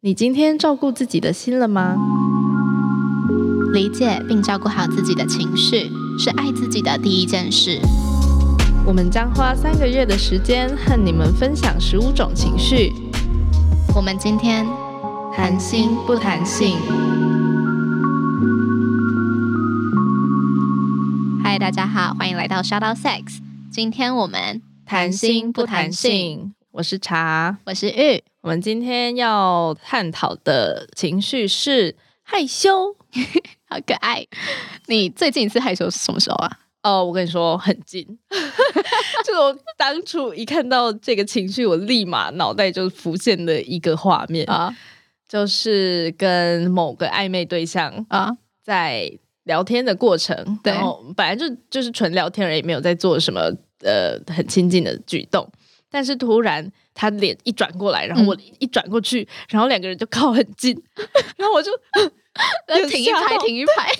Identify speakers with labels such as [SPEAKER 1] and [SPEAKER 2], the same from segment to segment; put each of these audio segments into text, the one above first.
[SPEAKER 1] 你今天照顾自己的心了吗？
[SPEAKER 2] 理解并照顾好自己的情绪，是爱自己的第一件事。
[SPEAKER 1] 我们将花三个月的时间和你们分享十五种情绪，
[SPEAKER 2] 我们今天
[SPEAKER 1] 谈心不谈性。
[SPEAKER 2] 嗨，大家好，欢迎来到 Shout Out Sex。今天我们
[SPEAKER 1] 谈心不谈性，我是茶。
[SPEAKER 2] 我是玉，
[SPEAKER 1] 我们今天要探讨的情绪是害羞。
[SPEAKER 2] 好可爱。你最近一次害羞是什么时候啊？
[SPEAKER 1] 哦，我跟你说，很近。 就是我当初一看到这个情绪，我立马脑袋就浮现的一个画面，
[SPEAKER 2] 啊
[SPEAKER 1] 就是跟某个暧昧对象
[SPEAKER 2] 啊，
[SPEAKER 1] 在聊天的过程，
[SPEAKER 2] 嗯对
[SPEAKER 1] 然后本来就就是纯聊天而已，没有在做什么呃很亲近的举动。但是突然他脸一转过来，然后我
[SPEAKER 2] 嗯
[SPEAKER 1] 一转过去，然后两个人就靠很近， 然后我就 有
[SPEAKER 2] 啊停一拍，
[SPEAKER 1] 吓到
[SPEAKER 2] 停一拍。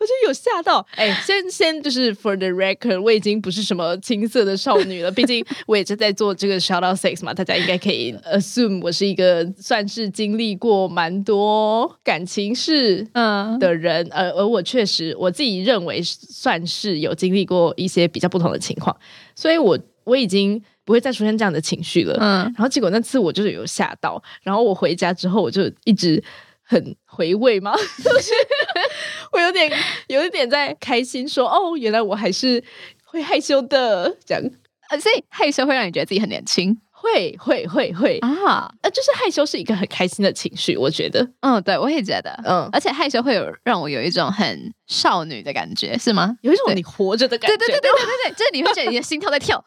[SPEAKER 1] 我就有吓到。哎、先先就是 for the record，我已经不是什么青涩的少女了，毕竟我也是在做这个 shout out sex 嘛，大家应该可以 assume 我是一个算是经历过蛮多感情事
[SPEAKER 2] 嗯，
[SPEAKER 1] 的人，呃，而我确实我自己认为是算是有经历过一些比较不同的情况，所以我我已经不会再出现这样的情绪了。
[SPEAKER 2] 嗯，
[SPEAKER 1] 然后结果那次我就是有吓到，然后我回家之后我就一直很回味嘛，就是 我有点有一点在开心说，哦，原来我还是会害羞的，这样
[SPEAKER 2] 呃所以害羞会让你觉得自己很年轻
[SPEAKER 1] 会会会会，
[SPEAKER 2] 啊。
[SPEAKER 1] 呃，就是害羞是一个很开心的情绪，我觉得，
[SPEAKER 2] 嗯，对，我也觉得。
[SPEAKER 1] 嗯，
[SPEAKER 2] 而且害羞会有让我有一种很少女的感觉，是吗？
[SPEAKER 1] 有一种
[SPEAKER 2] 对
[SPEAKER 1] 你活着的感觉，
[SPEAKER 2] 对对对对对对对，就是你会觉得你的心跳在跳。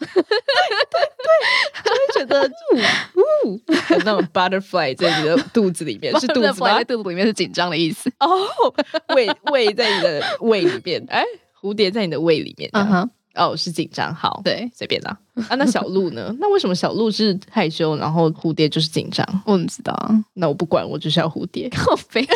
[SPEAKER 1] 就会觉得呜呜，有那种 butterfly 在你的肚子里 面，是肚子吗
[SPEAKER 2] 在？肚子里面是紧张的意思。
[SPEAKER 1] 哦， 胃胃在你的胃里面，哎，蝴蝶在你的胃里面，这样
[SPEAKER 2] 嗯哼，
[SPEAKER 1] 哦，是紧张，好，
[SPEAKER 2] 对，
[SPEAKER 1] 随便啦。啊，那小鹿呢？ 那为什么小鹿是害羞，然后蝴蝶就是紧张？
[SPEAKER 2] 我不 知道，
[SPEAKER 1] 那我不管，我就是要蝴 蝶。
[SPEAKER 2] 靠背。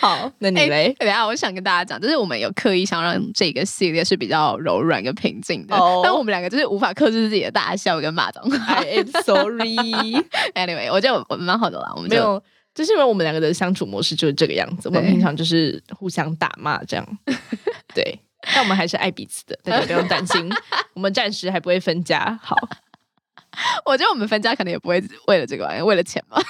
[SPEAKER 1] 好，那 你
[SPEAKER 2] 哎
[SPEAKER 1] 嘞？
[SPEAKER 2] 等一下，我想跟大家讲，就是我们有刻意想让这个系列是比较柔软跟平静的
[SPEAKER 1] 哦
[SPEAKER 2] 但我们两个就是无法克制自己的大笑跟骂脏话。
[SPEAKER 1] I am 哎 sorry，
[SPEAKER 2] anyway，我觉得我们蛮好的啦，我们
[SPEAKER 1] 没
[SPEAKER 2] 就
[SPEAKER 1] 有，就是因为我们两个的相处模式就是这个样子，我们
[SPEAKER 2] 对
[SPEAKER 1] 平常就是互相打骂这 样。对，但我们还是爱彼此的，大家不用担心，我们暂时还不会分家。好，啊
[SPEAKER 2] 我觉得我们分家可能也不会为了这个玩意，为了钱 吧。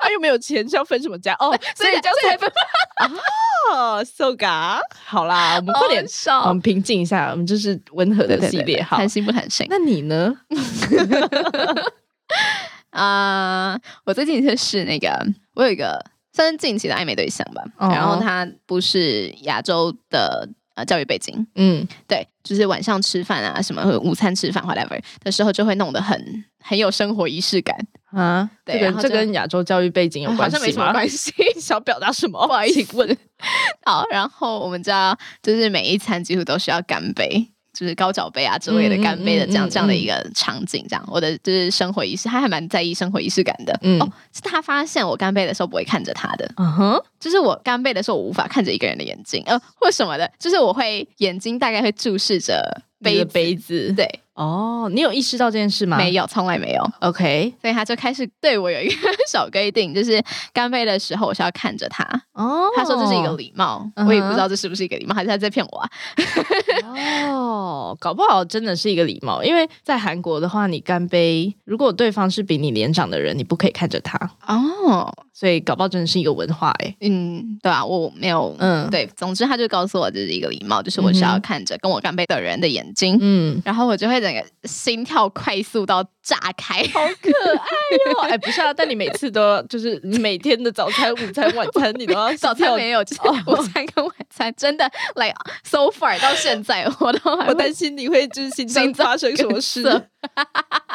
[SPEAKER 1] 啊，又没有钱，是要分什么家？哦，所以这样才分。 哦，so ga，好啦，我们快点
[SPEAKER 2] 哦好笑，
[SPEAKER 1] 我们平静一下，我们就是温和的
[SPEAKER 2] 对对
[SPEAKER 1] 系
[SPEAKER 2] 对
[SPEAKER 1] 列
[SPEAKER 2] 对
[SPEAKER 1] 好，
[SPEAKER 2] 谈心不谈心
[SPEAKER 1] 那你呢？
[SPEAKER 2] 啊、我最近就是那个，我有一个算是近期的暧昧对象吧，
[SPEAKER 1] 哦
[SPEAKER 2] 然后他不是亚洲的呃教育背景，
[SPEAKER 1] 嗯，
[SPEAKER 2] 对，就是晚上吃饭啊，什么午餐吃饭 whatever 的时候，就会弄得很很有生活仪式感，
[SPEAKER 1] 啊，
[SPEAKER 2] 对
[SPEAKER 1] 这
[SPEAKER 2] 然
[SPEAKER 1] 跟
[SPEAKER 2] 后
[SPEAKER 1] 这
[SPEAKER 2] 就
[SPEAKER 1] 跟亚洲教育背景有
[SPEAKER 2] 好
[SPEAKER 1] 关系
[SPEAKER 2] 像没什么
[SPEAKER 1] 系。
[SPEAKER 2] 关系。
[SPEAKER 1] 想表达什么？不好 意思，问
[SPEAKER 2] 好，然后我们知道，就是每一餐几乎都需要干杯，就是高脚杯啊之类的
[SPEAKER 1] 嗯嗯
[SPEAKER 2] 干杯的这样、
[SPEAKER 1] 嗯嗯
[SPEAKER 2] 这样的一个场景，这样我的就是生活仪式，他还蛮在意生活仪式感的。
[SPEAKER 1] 嗯
[SPEAKER 2] 哦，是他发现我干杯的时候不会看着他的，
[SPEAKER 1] 嗯哼，
[SPEAKER 2] 就是我干杯的时候我无法看着一个人的眼睛，呃，或什么的，就是我会眼睛大概会注视着
[SPEAKER 1] 你
[SPEAKER 2] 杯
[SPEAKER 1] 的
[SPEAKER 2] 子。
[SPEAKER 1] 杯子，
[SPEAKER 2] 对，
[SPEAKER 1] 哦，你有意识到这件事吗？
[SPEAKER 2] 没有，从来没有。
[SPEAKER 1] ，OK，
[SPEAKER 2] 所以他就开始对我有一个 小规定，就是干杯的时候我是要看着他。
[SPEAKER 1] 哦，
[SPEAKER 2] 他说这是一个礼貌，
[SPEAKER 1] 嗯哼
[SPEAKER 2] 我也不知道这是不是一个礼貌，还是他在骗我啊？
[SPEAKER 1] 哦，搞不好真的是一个礼貌，因为在韩国的话，你干杯，如果对方是比你年长的人，你不可以看着他，
[SPEAKER 2] 哦，
[SPEAKER 1] 所以搞不好真的是一个文化、欸，
[SPEAKER 2] 嗯，对啊，我没有，
[SPEAKER 1] 嗯
[SPEAKER 2] 对，总之他就告诉我这是一个礼貌，就是我是
[SPEAKER 1] 嗯
[SPEAKER 2] 要
[SPEAKER 1] 哼
[SPEAKER 2] 看着跟我干杯的人的眼睛，
[SPEAKER 1] 嗯，
[SPEAKER 2] 然后我就会整个心跳快速到炸开。
[SPEAKER 1] 好可爱哟、哎、不是啊，但你每次都要就是你每天的早餐、午餐、晚餐，你都要
[SPEAKER 2] 早餐
[SPEAKER 1] 跳
[SPEAKER 2] 没有，就是
[SPEAKER 1] 哦
[SPEAKER 2] 午餐跟晚餐，真的，like so far 到现在，我都还
[SPEAKER 1] 我
[SPEAKER 2] 会
[SPEAKER 1] 担心你会就是心脏
[SPEAKER 2] 心脏
[SPEAKER 1] 发生什么事
[SPEAKER 2] 梗塞，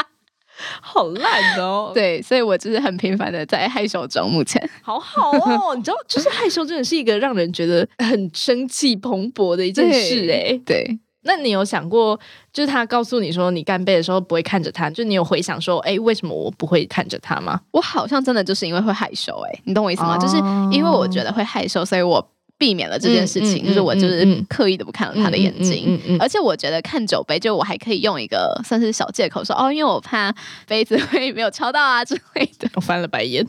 [SPEAKER 1] 好烂哦！，
[SPEAKER 2] 对，所以我就是很频繁的在害羞中，目前。
[SPEAKER 1] 好好哦，你知道，就是害羞真的是一个让人觉得很生气蓬勃的一件事哎、
[SPEAKER 2] 对，
[SPEAKER 1] 那你有想过，就是他告诉你说你干杯的时候不会看着他，就你有回想说，哎、为什么我不会看着他吗？
[SPEAKER 2] 我好像真的就是因为会害羞、欸，哎，你懂我意思吗？
[SPEAKER 1] 哦
[SPEAKER 2] 就是因为我觉得会害羞，所以我避免了这件事情，
[SPEAKER 1] 嗯嗯
[SPEAKER 2] 就是我就是
[SPEAKER 1] 嗯嗯嗯
[SPEAKER 2] 刻意的不看了他的眼睛。
[SPEAKER 1] 嗯嗯嗯嗯嗯
[SPEAKER 2] 而且我觉得看酒杯，就我还可以用一个算是小借口说哦，因为我怕杯子会没有敲到啊之类 的，
[SPEAKER 1] 我翻了白 眼。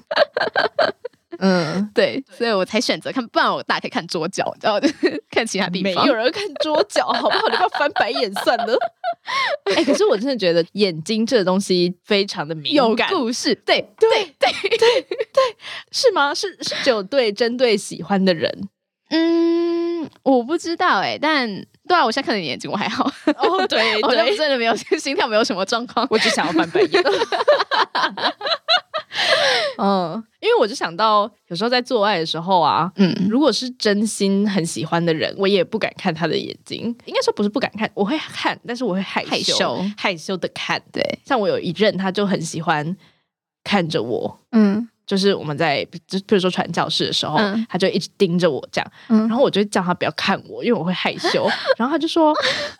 [SPEAKER 1] 嗯，
[SPEAKER 2] 对，所以我才选择看，不然我大可以看桌角，然后看其他地
[SPEAKER 1] 没
[SPEAKER 2] 方。
[SPEAKER 1] 有人看桌角，好不好？你不要翻白眼算了。 哎、可是我真的觉得眼睛这个东西非常的敏
[SPEAKER 2] 有
[SPEAKER 1] 感，
[SPEAKER 2] 故事，对，
[SPEAKER 1] 对对对对，是吗？是是只有对针对喜欢的人。
[SPEAKER 2] 嗯，我不知道哎、但对啊，我现在看你眼睛，我还好，
[SPEAKER 1] 哦， 对
[SPEAKER 2] 我就
[SPEAKER 1] 对，
[SPEAKER 2] 真的没有心跳，没有什么状况。
[SPEAKER 1] 我只想要翻白眼。 嗯，因为我就想到有时候在做爱的时候啊，
[SPEAKER 2] 嗯，
[SPEAKER 1] 如果是真心很喜欢的人，我也不敢看他的眼睛。应该说不是不敢看，我会看，但是我会害羞
[SPEAKER 2] 害羞
[SPEAKER 1] 害羞的看。
[SPEAKER 2] 对，
[SPEAKER 1] 像我有一任，他就很喜欢看着我，
[SPEAKER 2] 嗯
[SPEAKER 1] 就是我们在就比如说传教士的时候，
[SPEAKER 2] 嗯
[SPEAKER 1] 他就一直盯着我这样，
[SPEAKER 2] 嗯
[SPEAKER 1] 然后我就叫他不要看我，因为我会害羞。然后他就说：“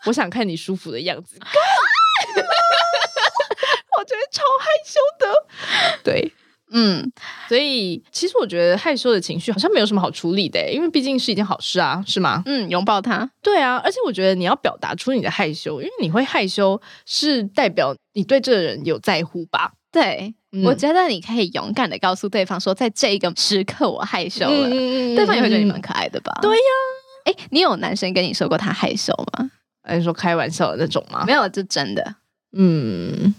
[SPEAKER 1] 我想看你舒服的样子。” 我觉得超害羞的，对，
[SPEAKER 2] 嗯，
[SPEAKER 1] 所以其实我觉得害羞的情绪好像没有什么好处理的，欸因为毕竟是一件好事啊，是吗？
[SPEAKER 2] 嗯，拥抱他。
[SPEAKER 1] 对啊，而且我觉得你要表达出你的害羞，因为你会害羞是代表你对这个人有在乎吧？
[SPEAKER 2] 对，
[SPEAKER 1] 嗯
[SPEAKER 2] 我觉得你可以勇敢的告诉对方说，在这一个时刻我害羞了，
[SPEAKER 1] 嗯
[SPEAKER 2] 对方也会觉得你蛮
[SPEAKER 1] 嗯
[SPEAKER 2] 可爱的吧？
[SPEAKER 1] 对呀
[SPEAKER 2] 哎、你有男生跟你说过他害羞吗？
[SPEAKER 1] 哎，你说开玩笑的那种吗？
[SPEAKER 2] 没有，这真的
[SPEAKER 1] 嗯，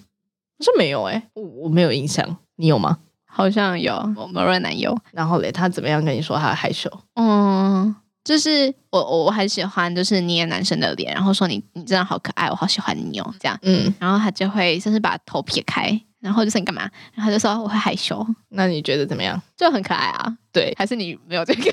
[SPEAKER 1] 好像没有哎、我我没有印象，你有吗？
[SPEAKER 2] 好像有我某任男友，
[SPEAKER 1] 然后嘞，他怎么样跟你说他害羞？
[SPEAKER 2] 嗯，就是我我我很喜欢，就是捏男生的脸，然后说你你真的好可爱，我好喜欢你哦，这样，
[SPEAKER 1] 嗯，
[SPEAKER 2] 然后他就会甚至把头撇开，然后就说你干嘛？然后他就说我会害羞，
[SPEAKER 1] 那你觉得怎么样？
[SPEAKER 2] 就很可爱啊。
[SPEAKER 1] 对，
[SPEAKER 2] 还是你没有这个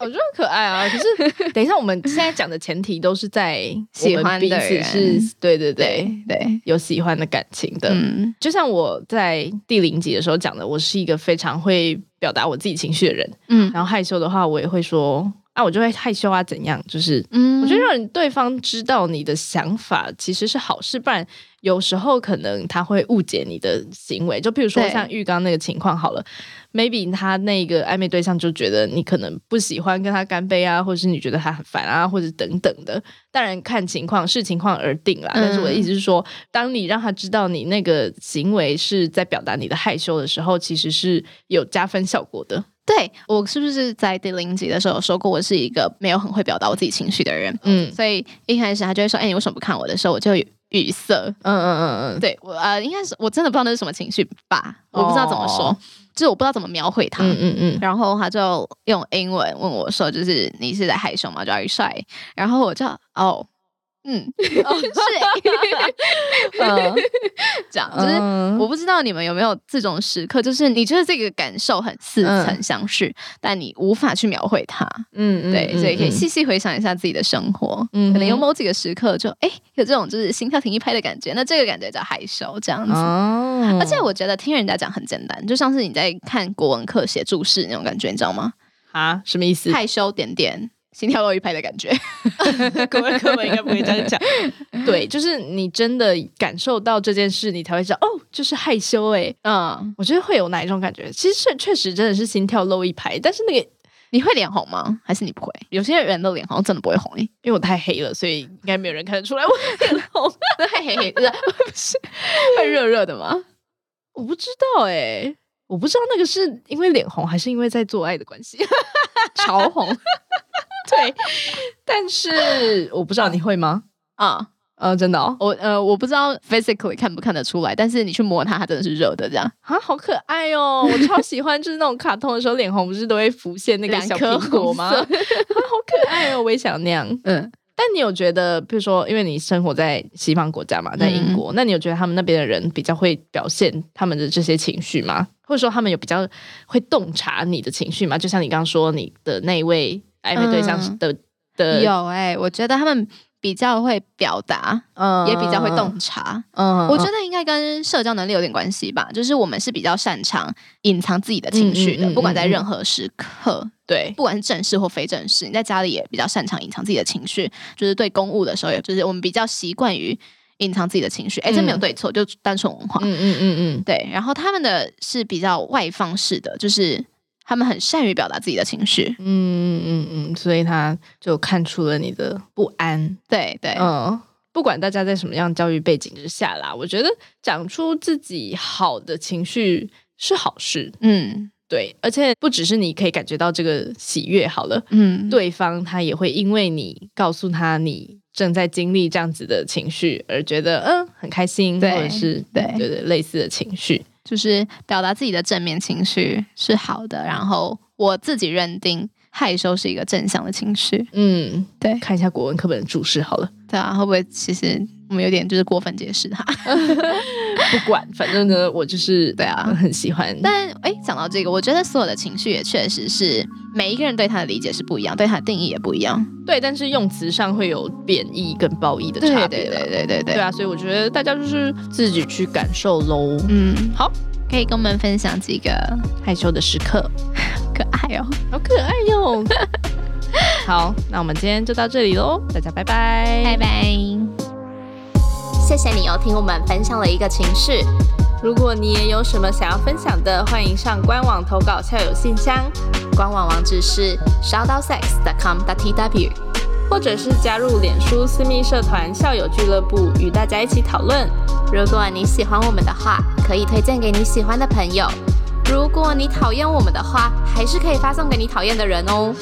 [SPEAKER 1] 我觉得很可爱啊。可 是等一下，我们现在讲的前提都是在
[SPEAKER 2] 喜欢的
[SPEAKER 1] 我们彼此
[SPEAKER 2] 人
[SPEAKER 1] 是，对对对，
[SPEAKER 2] 对，
[SPEAKER 1] 有喜欢的感情的。
[SPEAKER 2] 嗯
[SPEAKER 1] 就像我在第零集的时候讲的，我是一个非常会表达我自己情绪的人。
[SPEAKER 2] 嗯
[SPEAKER 1] 然后害羞的话，我也会说啊，我就会害羞啊，怎样？就是
[SPEAKER 2] 嗯
[SPEAKER 1] 我觉得让对方知道你的想法其实是好事，不然有时候可能他会误解你的行为。就比如说
[SPEAKER 2] 对
[SPEAKER 1] 像浴缸那个情况好了，maybe 他那个暧昧对象就觉得你可能不喜欢跟他干杯啊，或者是你觉得他很烦啊，或者等等的。当然看情况视情况而定啦。
[SPEAKER 2] 嗯
[SPEAKER 1] 但是我的意思是说，当你让他知道你那个行为是在表达你的害羞的时候，其实是有加分效果的。
[SPEAKER 2] 对我是不是在第零集的时候有说过，我是一个没有很会表达我自己情绪的人，
[SPEAKER 1] 嗯
[SPEAKER 2] 所以一开始他就会说：“哎、你为什么不看我的时候，我就语塞。
[SPEAKER 1] 嗯嗯嗯嗯，
[SPEAKER 2] 对我呃，应该是我真的不知道那是什么情绪吧，我不知道怎么说，
[SPEAKER 1] 哦
[SPEAKER 2] 就是我不知道怎么描绘它。
[SPEAKER 1] 嗯嗯 嗯，
[SPEAKER 2] 然后他就用英文问我说：“就是你是在害羞吗？就 Are you shy？” 然后我就哦，嗯，哦、是
[SPEAKER 1] 嗯，
[SPEAKER 2] 这样，就是
[SPEAKER 1] 嗯
[SPEAKER 2] 我不知道你们有没有这种时刻，就是你觉得这个感受很似曾相识，但你无法去描绘它。
[SPEAKER 1] 嗯，
[SPEAKER 2] 对，所以可以
[SPEAKER 1] 细，
[SPEAKER 2] 细细回想一下自己的生活，
[SPEAKER 1] 嗯
[SPEAKER 2] 可能有某几个时刻就哎、有这种就是心跳停一拍的感觉，那这个感觉叫害羞这样子。
[SPEAKER 1] 哦
[SPEAKER 2] 而且我觉得听人家讲很简单，就像是你在看国文课写注释那种感觉，你知道吗？
[SPEAKER 1] 啊，什么意思？
[SPEAKER 2] 害羞点点，心跳漏一拍的感 觉。
[SPEAKER 1] 各位课本应该不会这样 讲。对，就是你真的感受到这件事，你才会知道哦，就是害羞哎、
[SPEAKER 2] 嗯，
[SPEAKER 1] 我觉得会有哪一种感觉？其实确确实真的是心跳漏一拍，但是那个
[SPEAKER 2] 你会脸红吗？还是你不会？有些人的脸好像真的不会红诶。
[SPEAKER 1] 因为我太黑了，所以应该没有人看得出来我脸红。
[SPEAKER 2] 嘿嘿嘿，不是会热热的吗？
[SPEAKER 1] 我不知道哎、我不知道那个是因为脸红，还是因为在做爱的关 系。
[SPEAKER 2] 潮红
[SPEAKER 1] 对，但是我不知道你会吗？
[SPEAKER 2] 啊、
[SPEAKER 1] 呃，真的哦，
[SPEAKER 2] 我呃，我不知道 physically 看不看得出来，但是你去摸它，它真的是热的，这样
[SPEAKER 1] 啊，好可爱哦！我超喜欢，就是那种卡通的时候，脸红不是都会浮现那个
[SPEAKER 2] 两
[SPEAKER 1] 小
[SPEAKER 2] 颗
[SPEAKER 1] 苹果
[SPEAKER 2] 红
[SPEAKER 1] 吗？啊
[SPEAKER 2] 色
[SPEAKER 1] 好可爱哦，我也想那样。
[SPEAKER 2] 嗯，
[SPEAKER 1] 但你有觉得，比如说，因为你生活在西方国家嘛，在英国，那你有觉得他们那边的人比较会表现他们的这些情绪吗？或者说他们有比较会洞察你的情绪吗？就像你刚刚说你的那一位暧昧对象
[SPEAKER 2] 嗯
[SPEAKER 1] 的、的，
[SPEAKER 2] 有哎、我觉得他们比较会表达，
[SPEAKER 1] 嗯
[SPEAKER 2] 也比较会洞，察。
[SPEAKER 1] 嗯
[SPEAKER 2] 我觉得应该跟社交能力有点关系吧，就是我们是比较擅长隐藏自己的情绪的，
[SPEAKER 1] 嗯嗯嗯
[SPEAKER 2] 不管在
[SPEAKER 1] 嗯嗯
[SPEAKER 2] 任何时刻，
[SPEAKER 1] 对，
[SPEAKER 2] 不管是正式或非正式，你在家里也比较擅长隐藏自己的情绪，就是对公务的时候，也就是我们比较习惯于隐藏自己的情绪。哎、这没有
[SPEAKER 1] 嗯
[SPEAKER 2] 对错，就单纯文化。
[SPEAKER 1] 嗯嗯嗯嗯，
[SPEAKER 2] 对，然后他们的是比较外放式的，就是他们很善于表达自己的情绪。
[SPEAKER 1] 嗯嗯嗯，所以他就看出了你的不安。
[SPEAKER 2] 对对，
[SPEAKER 1] 嗯，不管大家在什么样教育背景之下啦，我觉得讲出自己好的情绪是好事。
[SPEAKER 2] 嗯
[SPEAKER 1] 对，而且不只是你可以感觉到这个喜悦，好了，
[SPEAKER 2] 嗯，
[SPEAKER 1] 对方他也会因为你告诉他你正在经历这样子的情绪而觉得嗯很开心，或者
[SPEAKER 2] 对
[SPEAKER 1] 是
[SPEAKER 2] 对
[SPEAKER 1] 对对类似的情绪。
[SPEAKER 2] 就是表达自己的正面情绪是好的。然后我自己认定害羞是一个正向的情绪。
[SPEAKER 1] 嗯，
[SPEAKER 2] 对
[SPEAKER 1] 看一下国文课本的注释好了，
[SPEAKER 2] 对啊，会不会其实我们有点就是过分解释它？
[SPEAKER 1] 不管，反正呢，我 就是
[SPEAKER 2] 对啊
[SPEAKER 1] 很喜欢。
[SPEAKER 2] 但哎，诶讲到这个，我觉得所有的情绪也确实是每一个人对它的理解是不一样，对它的定义也不一样。
[SPEAKER 1] 对，但是用词上会有贬义跟褒义的差别
[SPEAKER 2] 对
[SPEAKER 1] 啦
[SPEAKER 2] 对对对对
[SPEAKER 1] 对，啊，所以我觉得大家就是自己去感受喽。
[SPEAKER 2] 嗯，
[SPEAKER 1] 好，
[SPEAKER 2] 可以跟我们分享几个
[SPEAKER 1] 害羞的时刻，
[SPEAKER 2] 可爱哦。
[SPEAKER 1] 好可爱哟、 好，那我们今天就到这里喽，大家拜拜，
[SPEAKER 2] 拜拜。谢谢你又哦听我们分享了一个情绪，
[SPEAKER 1] 如果你也有什么想要分享的，欢迎上官网投稿校友信箱，
[SPEAKER 2] 官网网址是 shoutsex.com.tw。
[SPEAKER 1] 或者是加入脸书私密社团校友俱乐部，与大家一起讨论。
[SPEAKER 2] 如果你喜欢我们的话，可以推荐给你喜欢的朋友；如果你讨厌我们的话，还是可以发送给你讨厌的人哦。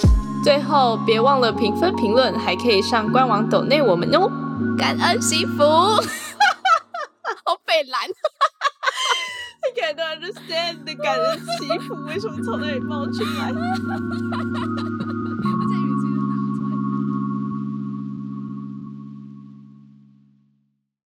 [SPEAKER 1] 最后别忘了评分评论，还可以上官网抖内我们哦。
[SPEAKER 2] 感恩惜福， 好北蓝。
[SPEAKER 1] I can't understand 的感人祈福为什么从那里冒出来？